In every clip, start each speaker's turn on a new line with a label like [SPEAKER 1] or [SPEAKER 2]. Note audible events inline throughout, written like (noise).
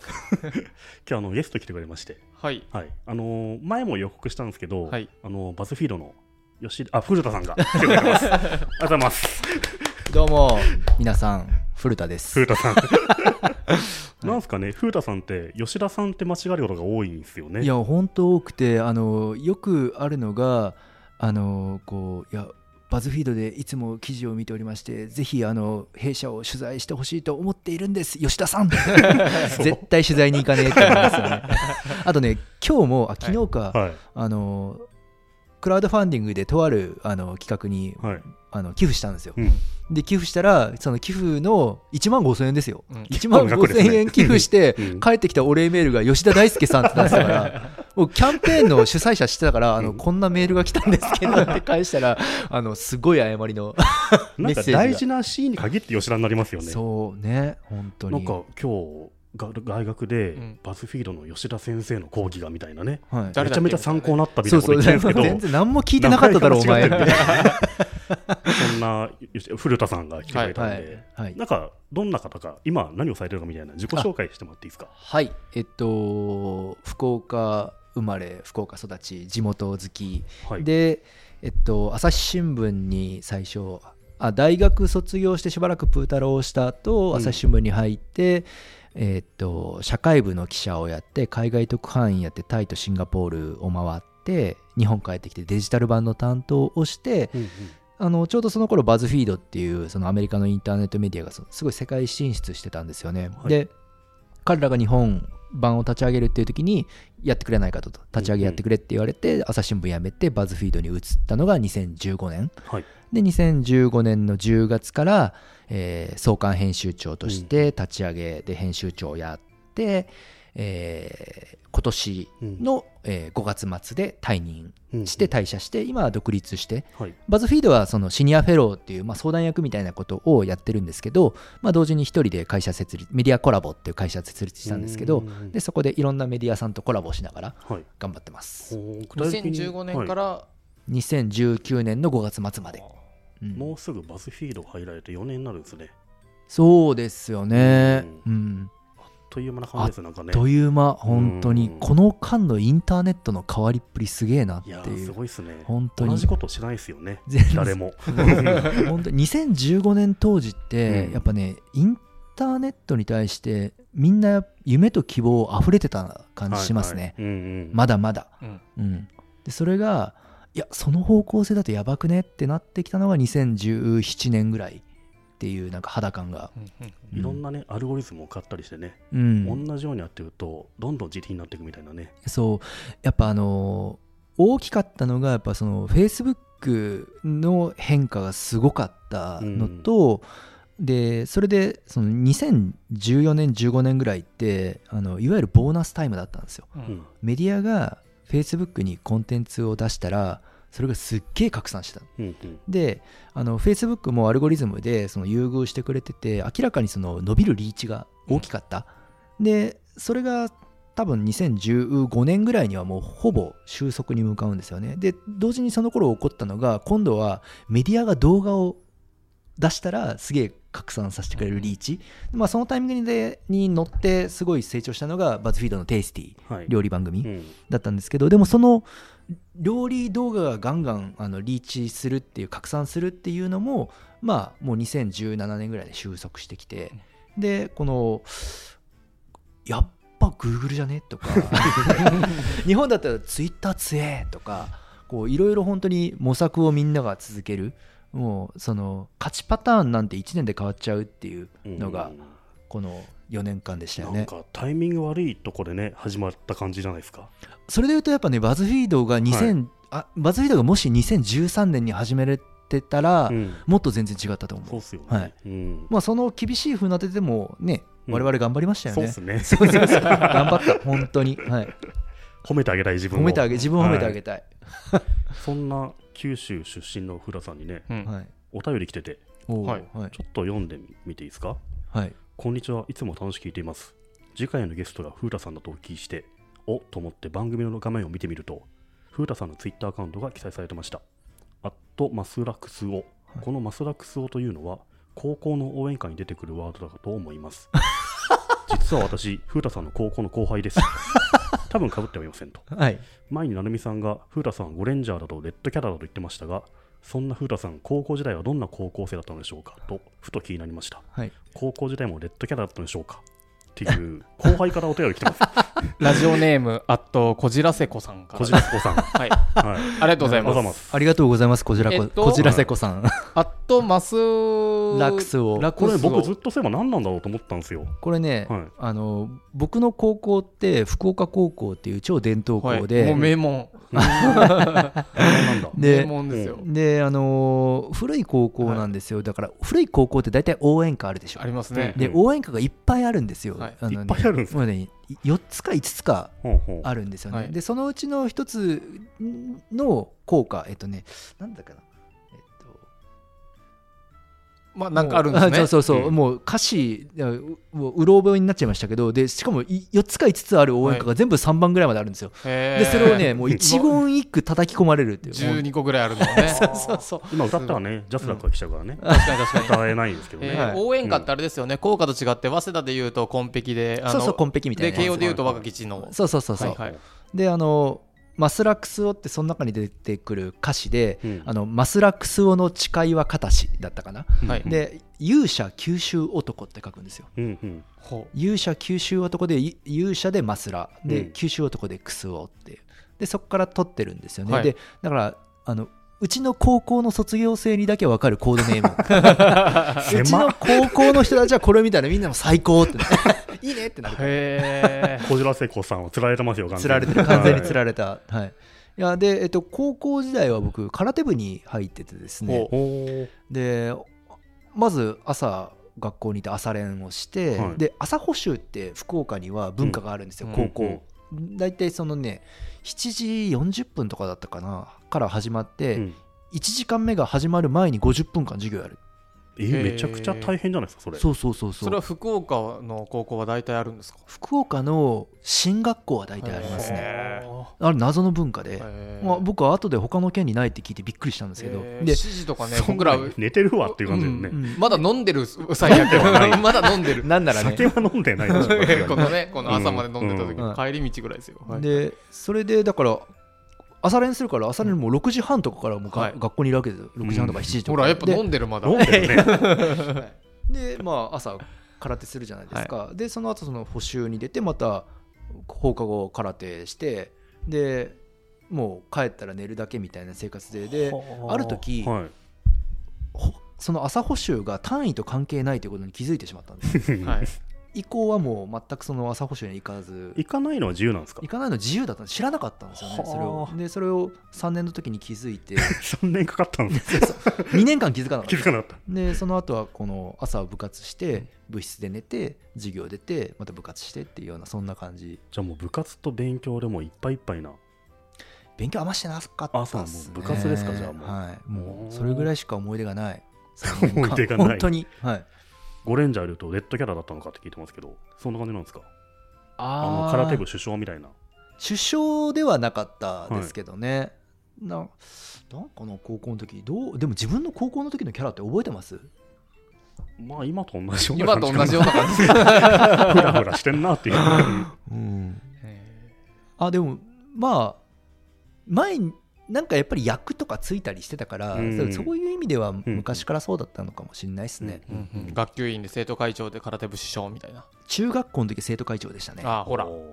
[SPEAKER 1] 今日あのゲスト来てくれまして、
[SPEAKER 2] はい。
[SPEAKER 1] はい、あのー前も予告したんですけど、
[SPEAKER 2] はい
[SPEAKER 1] あのーバズフィードの吉あ古田さんが (laughs) 来てくれてます。ありがとうございます。
[SPEAKER 3] どうも、皆さん、古田です。
[SPEAKER 1] 古田
[SPEAKER 3] (laughs)
[SPEAKER 1] さん。なんですかね、古田さんって吉田さんって間違えることが多いんですよね。
[SPEAKER 3] いや、本当多くて、あの、よくあるのが、あの、こう、いや、バズフィードでいつも記事を見ておりまして、ぜひ、あの、弊社を取材してほしいと思っているんです、吉田さ
[SPEAKER 1] (laughs)
[SPEAKER 3] ん絶対取材に行かねえって思いますよね。あとね、今日も、あ昨日か、
[SPEAKER 1] はい
[SPEAKER 3] あの、クラウドファンディングでとあるあの企画に
[SPEAKER 1] はい。
[SPEAKER 3] あの寄付したんですよ。
[SPEAKER 1] うん
[SPEAKER 3] で寄付したらその寄付の1万5000円ですよ、
[SPEAKER 2] うん
[SPEAKER 3] 1万5000円寄付して、
[SPEAKER 1] うん
[SPEAKER 3] 帰ってきたお礼メールが吉田大輔さんってなってたからもうキャンペーンの主催者してたからあの、
[SPEAKER 1] うん
[SPEAKER 3] こんなメールが来たんですけどって返し
[SPEAKER 1] (laughs)
[SPEAKER 3] たらあのすごい誤り
[SPEAKER 1] なん
[SPEAKER 3] の、
[SPEAKER 1] か
[SPEAKER 3] メッセージが
[SPEAKER 1] 大事なシーンに限って吉田になりますよね。
[SPEAKER 3] そうね本当
[SPEAKER 1] なん
[SPEAKER 3] に
[SPEAKER 1] か今日が大学で、
[SPEAKER 2] うん
[SPEAKER 1] バズフィードの吉田先生の講義がみたいなね。
[SPEAKER 3] はい
[SPEAKER 2] 誰
[SPEAKER 1] め
[SPEAKER 2] だ
[SPEAKER 1] ち
[SPEAKER 2] っけ
[SPEAKER 1] ゃめちゃ参考になったみた
[SPEAKER 3] そ
[SPEAKER 1] いうなこ
[SPEAKER 3] そ
[SPEAKER 1] と言ってるんですけど。
[SPEAKER 3] う全然何も聞いてなかっただろお前
[SPEAKER 1] 名前が間違ってるん
[SPEAKER 3] は
[SPEAKER 1] でそんなよ古田さんが来てくれたんで、
[SPEAKER 3] い、はい
[SPEAKER 1] なんかどんな方か今何をされてるかみたいな自己紹介してもらっていいですか
[SPEAKER 3] はい、えっと福岡生まれ福岡育ち地元好き
[SPEAKER 1] はい
[SPEAKER 3] で、えっと、朝日新聞に最初あ大学卒業してしばらくプー太郎をした後
[SPEAKER 1] うん
[SPEAKER 3] 朝日新聞に入って、えっと、社会部の記者をやって海外特派員やってタイとシンガポールを回って日本帰ってきてデジタル版の担当をして
[SPEAKER 1] うんうん
[SPEAKER 3] あのちょうどその頃バズフィードっていうそのアメリカのインターネットメディアがそすごい世界進出してたんですよね、
[SPEAKER 1] はい
[SPEAKER 3] で彼らが日本版を立ち上げるっていう時にやってくれないかと立ち上げやってくれって言われて朝日新聞辞めてバズフィードに移ったのが2015年
[SPEAKER 1] はい
[SPEAKER 3] で2015年の10月から、えー創刊編集長として立ち上げで編集長をやって、えー今年の、え5月末で退任して退社して今は独立して
[SPEAKER 1] はい
[SPEAKER 3] バズフィードはそのシニアフェローっていう、まあ、相談役みたいなことをやってるんですけど、まあ、同時に一人で会社設立メディアコラボっていう会社設立したんですけ
[SPEAKER 1] う
[SPEAKER 3] ど
[SPEAKER 1] んうんうん
[SPEAKER 3] でそこでいろんなメディアさんとコラボしながら
[SPEAKER 1] はい
[SPEAKER 3] 頑張ってます
[SPEAKER 1] こう具体的に
[SPEAKER 2] 2015年
[SPEAKER 1] は
[SPEAKER 2] から、
[SPEAKER 3] 2019年の5月末まで、う
[SPEAKER 1] い
[SPEAKER 3] ん
[SPEAKER 1] もうすぐバズフィード入られて4年になるんですね
[SPEAKER 3] そうですよね、うん、
[SPEAKER 1] という間な感じですなんかね
[SPEAKER 3] あっという間本当に
[SPEAKER 1] うん
[SPEAKER 3] この間のインターネットの変わりっぷりすげえなっ
[SPEAKER 1] い
[SPEAKER 3] て
[SPEAKER 1] や
[SPEAKER 3] い
[SPEAKER 1] ーす
[SPEAKER 3] う
[SPEAKER 1] ごいですね
[SPEAKER 3] 本当に
[SPEAKER 1] 同じことしないですよね
[SPEAKER 3] 全然
[SPEAKER 1] 誰
[SPEAKER 3] (laughs)
[SPEAKER 1] も
[SPEAKER 3] 本当2015年当時って、
[SPEAKER 1] うん
[SPEAKER 3] やっぱねインターネットに対してみんな夢と希望あふれてた感じしますね、
[SPEAKER 1] はいはいうんうん
[SPEAKER 3] まだまだ、
[SPEAKER 2] うん
[SPEAKER 3] うんでそれがいやその方向性だとやばくねってなってきたのが2017年ぐらいっていうなんか肌感が、
[SPEAKER 1] いろんなねアルゴリズムを買ったりしてね
[SPEAKER 3] うん
[SPEAKER 1] 同じようにやってるとどんどん自利になっていくみたいなね
[SPEAKER 3] そうやっぱあの大きかったのがやっぱそのフェイスブックの変化がすごかったのと、でそれでその2014年15年ぐらいってあのいわゆるボーナスタイムだったんですよ
[SPEAKER 2] う
[SPEAKER 1] うんん
[SPEAKER 3] メディアがフェイスブックにコンテンツを出したらそれがすっげえ拡散してた
[SPEAKER 1] うんうん
[SPEAKER 3] であの Facebook もアルゴリズムでその優遇してくれてて明らかにその伸びるリーチが大きかった、でそれが多分2015年ぐらいにはもうほぼ収束に向かうんですよねで同時にその頃起こったのが今度はメディアが動画を出したらすげえ拡散させてくれるリーチ、まあ、そのタイミングでに乗ってすごい成長したのがバズフィードのテイスティ
[SPEAKER 1] はい
[SPEAKER 3] 料理番組、
[SPEAKER 1] うん
[SPEAKER 3] だったんですけどでもその料理動画がガンガンあのリーチするっていう拡散するっていうのもまあもう2017年ぐらいで収束してきてでこのやっぱ Google じゃね (laughs) とか日本だったら Twitter 強えとかこういろいろ本当に模索をみんなが続けるもうその勝ちパターンなんて1年で変わっちゃうっていうのが
[SPEAKER 1] うん
[SPEAKER 3] この4年間でしたよ
[SPEAKER 1] な
[SPEAKER 3] ね
[SPEAKER 1] ん。かタイミング悪いとこでね始まった感じじゃないですか
[SPEAKER 3] それで言うとやっぱねバズフィードが2000、あバズフィードがもし2013年に始めれてたら、
[SPEAKER 1] うん
[SPEAKER 3] もっと全然違ったと思
[SPEAKER 1] そう
[SPEAKER 3] う
[SPEAKER 1] っすよね、
[SPEAKER 3] はい
[SPEAKER 1] うん
[SPEAKER 3] まあその厳しい風になっててもね
[SPEAKER 1] うん
[SPEAKER 3] 我々頑張りましたよ
[SPEAKER 1] そうっ
[SPEAKER 3] ね、
[SPEAKER 1] すね
[SPEAKER 3] そうそうそう (laughs) 頑張った本当に、はい、
[SPEAKER 1] 褒めてあげたい自分
[SPEAKER 3] 褒
[SPEAKER 1] を
[SPEAKER 3] めてあげ自分を褒めてあげたい、
[SPEAKER 1] そんな九州出身の古田さんにね
[SPEAKER 2] う
[SPEAKER 3] はい
[SPEAKER 2] ん
[SPEAKER 1] お便り来てて
[SPEAKER 3] おー
[SPEAKER 2] は
[SPEAKER 3] はいいはい
[SPEAKER 1] ちょっと読んでみていいですかこんにちはいつも楽しく聞いています次回のゲストが風太さんだとお聞きしておっと思って番組の画面を見てみると風太さんのツイッターアカウントが記載されてましたアットマスラクスオ、このマスラクスオというのは高校の応援会に出てくるワードだかと思います (laughs) 実は私、風太さんの高校の後輩です。多分かぶってはいませんと。
[SPEAKER 3] はい。
[SPEAKER 1] 前に成美さんが、風太さんはゴレンジャーだとレッドキャラだと言ってましたが、そんな風太さん、高校時代はどんな高校生だったのでしょうかと、ふと気になりました。
[SPEAKER 3] はい。
[SPEAKER 1] 高校時代もレッドキャラだったのでしょうかっていう、後輩からお便り来てます。
[SPEAKER 2] ラジオネーム、あと、こじらせこさんから
[SPEAKER 1] 小
[SPEAKER 2] です。
[SPEAKER 1] 島子さん。はい。
[SPEAKER 2] はい。あ
[SPEAKER 1] あ
[SPEAKER 2] りがとうござ
[SPEAKER 1] り
[SPEAKER 2] い
[SPEAKER 1] がとうござい
[SPEAKER 2] ま。
[SPEAKER 1] ますす。
[SPEAKER 3] ありがとうございます、こじらこ、
[SPEAKER 2] えっと
[SPEAKER 3] こじらせこさん。
[SPEAKER 2] あと、マス
[SPEAKER 3] ラクスを
[SPEAKER 2] ラク
[SPEAKER 1] これ
[SPEAKER 2] スを
[SPEAKER 1] 僕ずっとそういえば何なんだろうと思ったんですよ。
[SPEAKER 3] これね、
[SPEAKER 1] はい
[SPEAKER 3] あの僕の高校って福岡高校っていう超伝統
[SPEAKER 2] はい
[SPEAKER 3] 校で、
[SPEAKER 2] もう名門。
[SPEAKER 1] 何なんだ
[SPEAKER 2] 名
[SPEAKER 3] で
[SPEAKER 2] 門ですよ。
[SPEAKER 3] であのー古い高校なんですよ、だから古い高校って大体応援歌あるでしょ
[SPEAKER 2] ありますね。
[SPEAKER 3] で
[SPEAKER 1] うん
[SPEAKER 3] 応援歌がいっぱいあるんですよ、
[SPEAKER 2] はい
[SPEAKER 3] のね
[SPEAKER 1] いっぱいあるんですか
[SPEAKER 3] もうね4つか5つか
[SPEAKER 1] ほうほう
[SPEAKER 3] あるんですよね、
[SPEAKER 2] はい
[SPEAKER 3] でそのうちの1つの効果えっとねなんだかなえっと
[SPEAKER 2] まあ、なんかあるんです
[SPEAKER 3] もう
[SPEAKER 2] ね。
[SPEAKER 3] そうそうそう、
[SPEAKER 1] うん
[SPEAKER 3] もう歌詞いやうもううろ覚えになっちゃいましたけどでしかも4つか5つある応援歌が全部3番ぐらいまであるんですよ、
[SPEAKER 2] へー
[SPEAKER 3] でそれをねもう一言一句叩き込まれるっていうもう
[SPEAKER 2] 12個ぐらいあるんだよね。
[SPEAKER 3] そうそうそう
[SPEAKER 1] 今歌ったらね、ジャスラックが来ちゃうからね。
[SPEAKER 2] 確かに確かに。
[SPEAKER 1] 歌えないんですけど
[SPEAKER 2] え
[SPEAKER 1] ね。
[SPEAKER 2] ー
[SPEAKER 3] はい
[SPEAKER 2] 応援歌ってあれですよね、効果と違って、早稲田でいうと、コンペキで、あ
[SPEAKER 3] そ
[SPEAKER 2] の
[SPEAKER 3] うそうコンペキみたい
[SPEAKER 2] で
[SPEAKER 3] なや
[SPEAKER 2] 慶
[SPEAKER 3] つ
[SPEAKER 2] 応でいうと、若き知能。
[SPEAKER 3] そうそうそうそう、
[SPEAKER 2] はいはい
[SPEAKER 3] であのマスラクスオってその中に出てくる歌詞で、
[SPEAKER 1] うん
[SPEAKER 3] あのマスラクスオの誓いは形だったかな、
[SPEAKER 2] はい
[SPEAKER 1] うん
[SPEAKER 3] で勇者九州男って書くんですよ
[SPEAKER 1] うんうん。
[SPEAKER 2] ほ
[SPEAKER 3] 勇者九州男でゆ勇者でマスラで、
[SPEAKER 1] うん
[SPEAKER 3] 九州男でクスオっていうでそこから取ってるんですよね、
[SPEAKER 2] はい
[SPEAKER 3] でだからあのうちの高校の卒業生にだけ分かるコードネームうちの高校の人たちはこれ見たらみんなも最高ってなる (laughs) いいねってなる
[SPEAKER 2] うへ
[SPEAKER 1] こじらせ子さんを釣られてますよ、完全に
[SPEAKER 3] つられてる完全につ
[SPEAKER 1] は
[SPEAKER 3] られたはいいやで、えっと、高校時代は僕空手部に入っててです
[SPEAKER 2] え。
[SPEAKER 3] ね
[SPEAKER 2] ほう
[SPEAKER 3] でまず朝学校に行って朝練をして、
[SPEAKER 1] はい
[SPEAKER 3] で朝補習って福岡には文化があるんですよ、
[SPEAKER 2] うん
[SPEAKER 3] 高校、大体そのね7時40分とかだったかなから始まっ
[SPEAKER 1] い
[SPEAKER 3] て、
[SPEAKER 1] うん
[SPEAKER 3] 1時間目が始まる前に50分間授業やる
[SPEAKER 1] えーめちゃくちゃ大変じゃないですか、それ。
[SPEAKER 3] そうそうそうそ
[SPEAKER 2] そうれは福岡の高校は大体あるんですか
[SPEAKER 3] 福岡の進学校は大体ありますね
[SPEAKER 2] へ
[SPEAKER 3] あれ謎の文化で、
[SPEAKER 2] ー
[SPEAKER 3] まあ、僕は後で他の県にないって聞いてびっくりしたんですけど、
[SPEAKER 2] へー
[SPEAKER 3] で
[SPEAKER 2] 7時とかね、
[SPEAKER 1] そん
[SPEAKER 2] 僕
[SPEAKER 1] な
[SPEAKER 2] ら
[SPEAKER 1] に、寝てるわっていう感じ
[SPEAKER 2] う
[SPEAKER 1] でね。
[SPEAKER 2] まだ飲んでる、最悪。まだ飲んでる。
[SPEAKER 3] なんならね
[SPEAKER 1] 酒は飲んでないでしょ
[SPEAKER 2] このね、この朝まで飲んでた時
[SPEAKER 3] うんう
[SPEAKER 2] の
[SPEAKER 3] ん
[SPEAKER 2] 帰り道ぐらいですよ。はい
[SPEAKER 3] でそれでだから朝練するから朝練もう6時半とかからもうが、
[SPEAKER 2] はい
[SPEAKER 3] 学校にいるわけですよ6時半とか7時と
[SPEAKER 2] ほ
[SPEAKER 3] か、
[SPEAKER 2] ら、やっぱ
[SPEAKER 3] で
[SPEAKER 2] 飲んでる、まだ。
[SPEAKER 1] 飲んでるね。
[SPEAKER 3] でまあ朝空手するじゃないですか、でその後その補習に出てまた放課後空手してでもう帰ったら寝るだけみたいな生活でである時、
[SPEAKER 1] は
[SPEAKER 3] ほその朝補習が単位と関係ないということに気づいてしまったんです (laughs)
[SPEAKER 2] はい
[SPEAKER 3] 以降はもう全くその朝補習に行かず
[SPEAKER 1] い。行かないのは自由なんですか
[SPEAKER 3] 行かないの自由だったんです知らなかったんですよねそれを
[SPEAKER 1] はあ
[SPEAKER 3] でそれを3年の時に気づ
[SPEAKER 1] (laughs)
[SPEAKER 3] いて
[SPEAKER 1] ?3 年かかったんです
[SPEAKER 3] 2年間気づかなかっ
[SPEAKER 1] 気づ
[SPEAKER 3] た
[SPEAKER 1] かなかっ
[SPEAKER 3] でその後はこの朝部活して部室で寝て授業出てまた部活してっていうようなそんな感じ
[SPEAKER 1] た。じゃあもう部活と勉強でもういっぱいいっぱいな。
[SPEAKER 3] 勉強あんましてなかったっす、ね、
[SPEAKER 1] あそうもう部活ですかじゃあもう
[SPEAKER 3] はい、もうそれぐらいしか思い出がない
[SPEAKER 1] (laughs) 思い出がない
[SPEAKER 3] 本当に、はい、
[SPEAKER 1] ゴレンジャーいるとレッドキャラだったのかって聞いてますけど、そんな感じなんですかあ
[SPEAKER 3] あ
[SPEAKER 1] の空手部首相みたいな。
[SPEAKER 3] 首相ではなかったですけどね、ななんかな高校の時どうでも自分の高校の時のキャラって覚えてます
[SPEAKER 1] まあ今と同じような
[SPEAKER 2] 今
[SPEAKER 1] 感
[SPEAKER 2] と
[SPEAKER 1] じ
[SPEAKER 2] 同じような感じです。
[SPEAKER 1] な。ふらふらしてんなっていう。
[SPEAKER 3] うんあでもまあ前になんかやっぱり役とかついたりしてたから、
[SPEAKER 1] うん
[SPEAKER 3] そうそういう意味では昔からそうだったのかもしれないですね、
[SPEAKER 1] うんうん
[SPEAKER 2] 学級委員で生徒会長で空手部首相みたいな。
[SPEAKER 3] 中学校の時生徒会長でしたね、
[SPEAKER 2] あ
[SPEAKER 3] は
[SPEAKER 2] ー、ほら、
[SPEAKER 1] おー
[SPEAKER 3] い、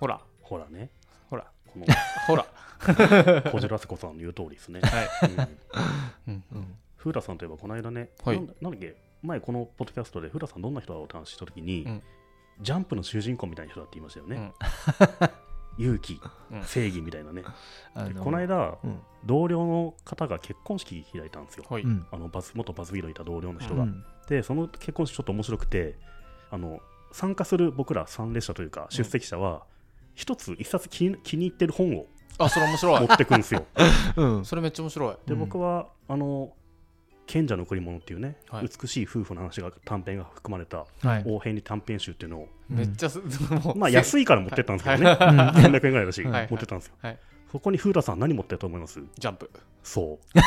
[SPEAKER 2] ほら、
[SPEAKER 1] ほらね。
[SPEAKER 2] ほら、
[SPEAKER 1] この
[SPEAKER 2] ほら。
[SPEAKER 1] こじらせこさんの言う通りですね。
[SPEAKER 2] はい
[SPEAKER 1] うん
[SPEAKER 2] うん
[SPEAKER 1] フーラさんといえばこの間ね、
[SPEAKER 2] はい
[SPEAKER 1] なんだなんだっけ前このポッドキャストでフーラさんどんな人だろうって話した時に、
[SPEAKER 2] うん
[SPEAKER 1] ジャンプの主人公みたいな人だって言いましたよね、 (laughs) 勇気
[SPEAKER 2] うん
[SPEAKER 1] 正義みたいなね、
[SPEAKER 3] あ
[SPEAKER 1] でこの間
[SPEAKER 3] うん
[SPEAKER 1] 同僚の方が結婚式開いたんですよ、
[SPEAKER 2] はい
[SPEAKER 3] うん
[SPEAKER 1] あのバズ元バズビードいた同僚の人
[SPEAKER 3] う
[SPEAKER 1] が、
[SPEAKER 3] ん
[SPEAKER 1] でその結婚式ちょっと面白くてあの参加する僕ら参列者というか出席者は一つ一冊気に気に入ってる本を
[SPEAKER 2] あ、それ面白
[SPEAKER 1] 持
[SPEAKER 2] い。
[SPEAKER 1] ってくんですよ
[SPEAKER 3] うん
[SPEAKER 2] それめっちゃ面白い。
[SPEAKER 1] で
[SPEAKER 3] うん
[SPEAKER 1] 僕はあの「賢者の贈り物」っていうね、
[SPEAKER 2] はい
[SPEAKER 1] 美しい夫婦の話が短編が含まれた
[SPEAKER 3] はい
[SPEAKER 1] 応変に短編集っていうのを、
[SPEAKER 2] (laughs) めっちゃす、もう
[SPEAKER 1] まあ安いから持ってったんですけどね、
[SPEAKER 2] はい
[SPEAKER 1] 300円ぐらいだし、
[SPEAKER 3] はい
[SPEAKER 1] 持ってったんですよ。
[SPEAKER 2] はい
[SPEAKER 1] そこにフーラさん何持ってると思います
[SPEAKER 2] ジャンプ。
[SPEAKER 1] そう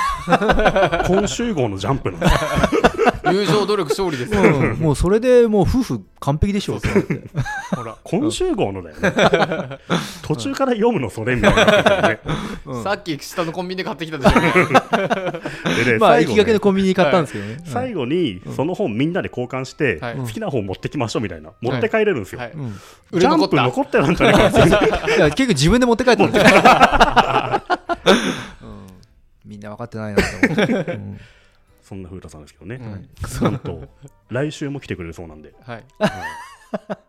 [SPEAKER 1] 今週号のジャンプなんですよ
[SPEAKER 2] 友情努力勝利ですよ。
[SPEAKER 3] うん、もうそれでもう夫婦完璧でしょう
[SPEAKER 2] ほら、
[SPEAKER 1] 今週号のだよね途中から読むのそれみたいになってるよね
[SPEAKER 3] うん
[SPEAKER 2] さっき下のコンビニで買ってきたでし
[SPEAKER 3] (laughs)
[SPEAKER 2] ょ。
[SPEAKER 1] でね
[SPEAKER 3] まあ
[SPEAKER 1] 最後
[SPEAKER 3] 行き
[SPEAKER 1] ね
[SPEAKER 3] がけのコンビニに買ったんですけどね、
[SPEAKER 1] 最後にその本みんなで交換して、
[SPEAKER 2] はい
[SPEAKER 1] 好きな本持ってきましょうみたいな、持って帰れるんですよ、
[SPEAKER 2] はい。
[SPEAKER 3] うん、
[SPEAKER 2] 売
[SPEAKER 1] ジ
[SPEAKER 2] れ
[SPEAKER 1] ャ
[SPEAKER 2] 残
[SPEAKER 1] ン
[SPEAKER 2] っ
[SPEAKER 1] プ
[SPEAKER 2] た。
[SPEAKER 1] 残ってなんじゃねえかっていう
[SPEAKER 3] いや結局自分で持って帰ったんだよ、
[SPEAKER 1] (laughs)
[SPEAKER 3] うん、みんな分かってないなと思って、うん
[SPEAKER 1] そんな風太さんですけどね、
[SPEAKER 2] うん
[SPEAKER 1] なんと来週も来てくれるそうなんで、
[SPEAKER 2] はい。
[SPEAKER 1] はい